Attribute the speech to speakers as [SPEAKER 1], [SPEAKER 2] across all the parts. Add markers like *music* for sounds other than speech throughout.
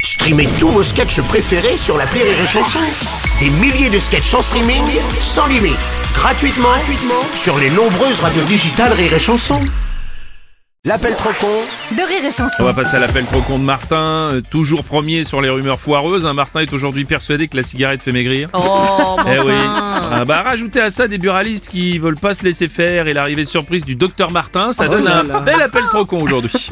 [SPEAKER 1] Streamez tous vos sketchs préférés sur la Rire et Chanson. Des milliers de sketchs en streaming, sans limite, gratuitement, gratuitement sur les nombreuses radios digitales Rire et Chanson. L'appel trop con
[SPEAKER 2] de rire et
[SPEAKER 3] On
[SPEAKER 2] chanson.
[SPEAKER 3] va passer à l'appel trop con de Martin, euh, toujours premier sur les rumeurs foireuses. hein. Martin est aujourd'hui persuadé que la cigarette fait maigrir.
[SPEAKER 4] Oh, mon
[SPEAKER 3] *laughs* Eh oui. Ah bah rajoutez à ça des buralistes qui veulent pas se laisser faire et l'arrivée surprise du docteur Martin, ça donne un bel appel trop con aujourd'hui.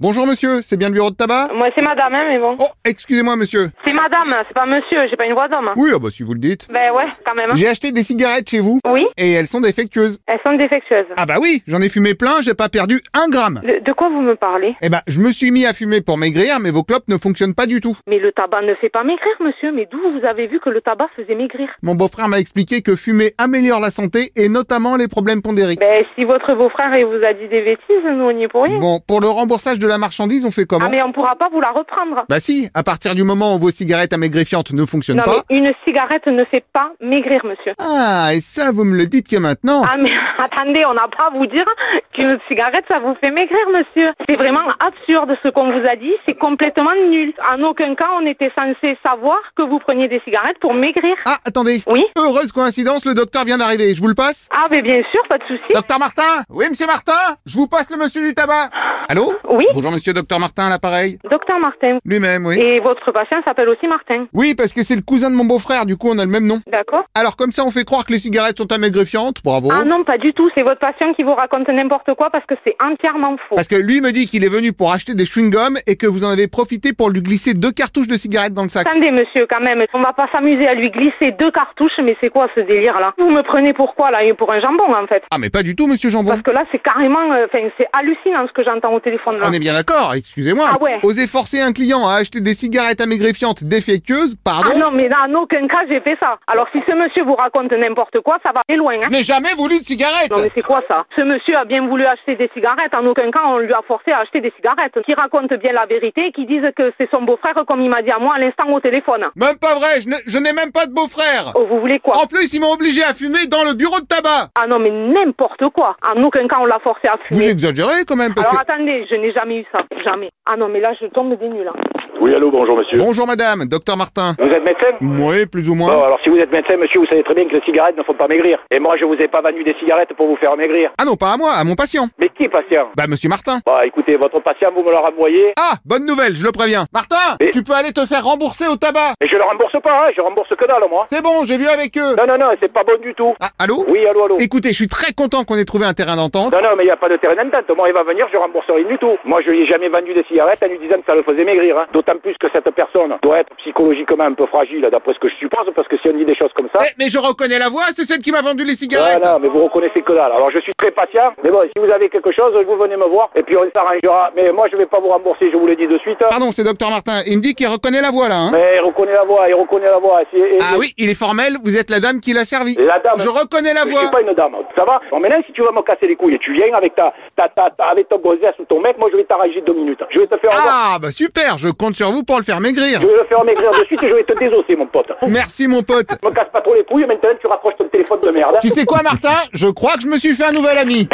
[SPEAKER 5] Bonjour monsieur, c'est bien le bureau de tabac
[SPEAKER 6] Moi, c'est madame, hein, mais bon.
[SPEAKER 5] Oh, excusez-moi monsieur.
[SPEAKER 6] C'est madame, hein, c'est pas monsieur, j'ai pas une voix d'homme. hein.
[SPEAKER 5] Oui, ah bah si vous le dites.
[SPEAKER 6] Ben ouais, quand même.
[SPEAKER 5] J'ai acheté des cigarettes chez vous
[SPEAKER 6] Oui,
[SPEAKER 5] et elles sont défectueuses.
[SPEAKER 6] elles sont défectueuses.
[SPEAKER 5] Ah bah oui, j'en ai fumé plein, j'ai pas perdu un gramme.
[SPEAKER 6] De, de quoi vous me parlez
[SPEAKER 5] Eh bah, je me suis mis à fumer pour maigrir, mais vos clopes ne fonctionnent pas du tout.
[SPEAKER 6] Mais le tabac ne fait pas maigrir, monsieur. Mais d'où vous avez vu que le tabac faisait maigrir
[SPEAKER 5] Mon beau-frère m'a expliqué que fumer améliore la santé et notamment les problèmes pondériques.
[SPEAKER 6] Ben, si votre beau-frère il vous a dit des bêtises, nous, on n'y est pour rien.
[SPEAKER 5] Bon, pour le remboursage de la marchandise, on fait
[SPEAKER 6] Ah,
[SPEAKER 5] comment
[SPEAKER 6] mais on pourra pas vous la reprendre.
[SPEAKER 5] Bah si, à partir du moment où vos cigarettes amaigrifiantes ne fonctionnent
[SPEAKER 6] Non,
[SPEAKER 5] pas.
[SPEAKER 6] mais une cigarette ne fait pas maigrir, monsieur.
[SPEAKER 5] Ah, et ça, vous me le dites que maintenant.
[SPEAKER 6] Ah, mais *laughs* attendez, on n'a pas à vous dire qu'une cigarette, ça vous fait maigrir, monsieur. C'est vraiment absurde ce qu'on vous a dit. C'est complètement nul. En aucun cas, on était censé savoir que vous preniez des cigarettes pour maigrir.
[SPEAKER 5] Ah, attendez.
[SPEAKER 6] Oui
[SPEAKER 5] Heureuse coïncidence, le docteur vient d'arriver, je vous le passe
[SPEAKER 6] Ah, mais bien sûr, pas de souci.
[SPEAKER 5] Docteur Martin Oui, monsieur Martin Je vous passe le monsieur du tabac Allô
[SPEAKER 6] Oui,
[SPEAKER 5] Bonjour, monsieur docteur Martin, à l'appareil.
[SPEAKER 6] docteur Martin.
[SPEAKER 5] Lui-même, oui.
[SPEAKER 6] Et votre patient s'appelle aussi Martin.
[SPEAKER 5] Oui, parce que c'est le cousin de mon beau-frère, du coup on a le même nom.
[SPEAKER 6] D'accord
[SPEAKER 5] Alors comme ça, on fait croire que les cigarettes sont amaigrifiantes, bravo.
[SPEAKER 6] Ah non, pas du tout. C'est votre patient qui vous raconte n'importe quoi parce que c'est entièrement faux.
[SPEAKER 5] Parce que lui me dit qu'il est venu pour acheter des chewing-gums et que vous en avez profité pour lui glisser deux cartouches de cigarettes dans le sac.
[SPEAKER 6] Attendez, monsieur, quand même. On va pas s'amuser à lui glisser deux cartouches, mais c'est quoi ce délire-là Vous me prenez pour quoi, là Pour un jambon, en fait.
[SPEAKER 5] Ah mais pas du tout, monsieur Jambon.
[SPEAKER 6] Parce que là, c'est carrément, euh, enfin, c'est hallucinant ce que j'entends au téléphone. Là.
[SPEAKER 5] On est bien d'accord, excusez-moi.
[SPEAKER 6] Ah ouais.
[SPEAKER 5] Oser forcer un client à acheter des cigarettes amaigrifiantes défectueuses, pardon.
[SPEAKER 6] Ah non, mais là, en aucun cas, j'ai fait ça. Alors, si ce monsieur vous raconte n'importe quoi, ça va aller loin. Hein.
[SPEAKER 5] Je n'ai jamais voulu de cigarettes
[SPEAKER 6] Non, mais c'est quoi ça Ce monsieur a bien voulu acheter des cigarettes. En aucun cas, on lui a forcé à acheter des cigarettes. Qui raconte bien la vérité, qui disent que c'est son beau-frère, comme il m'a dit à moi à l'instant au téléphone.
[SPEAKER 5] Même pas vrai, je n'ai- je n'ai même pas de beau-frère
[SPEAKER 6] Oh, vous voulez quoi
[SPEAKER 5] En plus, ils m'ont obligé à fumer dans le bureau de tabac.
[SPEAKER 6] Ah non, mais n'importe quoi. En aucun cas, on l'a forcé à
[SPEAKER 5] Vous
[SPEAKER 6] fumer.
[SPEAKER 5] exagérez quand même, parce
[SPEAKER 6] Alors,
[SPEAKER 5] que...
[SPEAKER 6] attendez, je n'ai jamais eu ça. Jamais. Ah non, mais là, je tombe des nuls. hein.
[SPEAKER 7] Oui, allô, bonjour monsieur.
[SPEAKER 5] Bonjour madame, docteur Martin.
[SPEAKER 7] Vous êtes médecin
[SPEAKER 5] Oui, plus ou
[SPEAKER 7] Bon,
[SPEAKER 5] moins.
[SPEAKER 7] alors si vous êtes médecin, monsieur, vous savez très bien que les cigarettes ne font pas maigrir. Et moi, je vous ai pas vendu des cigarettes pour vous faire maigrir.
[SPEAKER 5] Ah non, pas à moi, à mon patient.
[SPEAKER 7] Mais qui est patient
[SPEAKER 5] Bah, monsieur Martin.
[SPEAKER 7] Bah, écoutez, votre patient, vous me le renvoyez.
[SPEAKER 5] Ah, bonne nouvelle, je le préviens. Martin,
[SPEAKER 7] Et-
[SPEAKER 5] tu peux aller te faire rembourser au tabac.
[SPEAKER 7] Mais je le rembourse pas, hein, je rembourse que dalle, moi.
[SPEAKER 5] C'est bon, j'ai vu avec eux.
[SPEAKER 7] Non, non, non, c'est pas bon du tout.
[SPEAKER 5] Ah, allô
[SPEAKER 7] Bah. Oui, allô, allô.
[SPEAKER 5] Écoutez, je suis très content qu'on ait trouvé un terrain d'entente.
[SPEAKER 7] Non, non, mais il n'y a pas de terrain d'entente. Moi, il va venir, je rembourse rien du tout. Moi, je lui ai jamais vendu des cigarettes en lui disant que ça le faisait maigrir. hein. D'autant plus que cette personne doit être psychologiquement un peu fragile, d'après ce que je suppose, parce que si on dit des choses comme ça...
[SPEAKER 5] Eh, mais je reconnais la voix, c'est celle qui m'a vendu les
[SPEAKER 7] Ah
[SPEAKER 5] cigarettes.
[SPEAKER 7] non, mais vous reconnaissez que dalle. Alors je suis très patient, mais bon, si vous avez quelque chose, vous venez me voir et puis on s'arrangera. Mais moi je vais pas vous rembourser, je vous le dis de suite.
[SPEAKER 5] Pardon, c'est docteur Martin. Il me dit qu'il reconnaît la voix là. Hein
[SPEAKER 7] Mais il reconnaît la voix, il reconnaît la voix. C'est- et-
[SPEAKER 5] ah
[SPEAKER 7] et-
[SPEAKER 5] oui, il est formel, vous êtes la dame qui l'a servi.
[SPEAKER 7] La dame.
[SPEAKER 5] Je reconnais la
[SPEAKER 7] bah, Je suis
[SPEAKER 5] voix.
[SPEAKER 7] pas une dame, ça va Bon, maintenant, si tu veux me casser les couilles, tu viens avec ta, ta, ta, ta- avec ton gozière ou ton mec, moi je vais t'arranger deux minutes. Je vais te faire avoir-
[SPEAKER 5] Ah, bah super, je compte sur vous pour le faire maigrir.
[SPEAKER 7] Je vais le faire maigrir de suite et je vais te désosser,
[SPEAKER 5] *laughs*
[SPEAKER 7] mon pote.
[SPEAKER 5] Merci mon pote.
[SPEAKER 7] Me casse pas trop les couilles, maintenant tu raccroches ton téléphone de merde.
[SPEAKER 5] Tu sais quoi, Martin Je crois que je me suis fait un nouvel ami.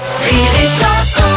[SPEAKER 2] Rire et chanson.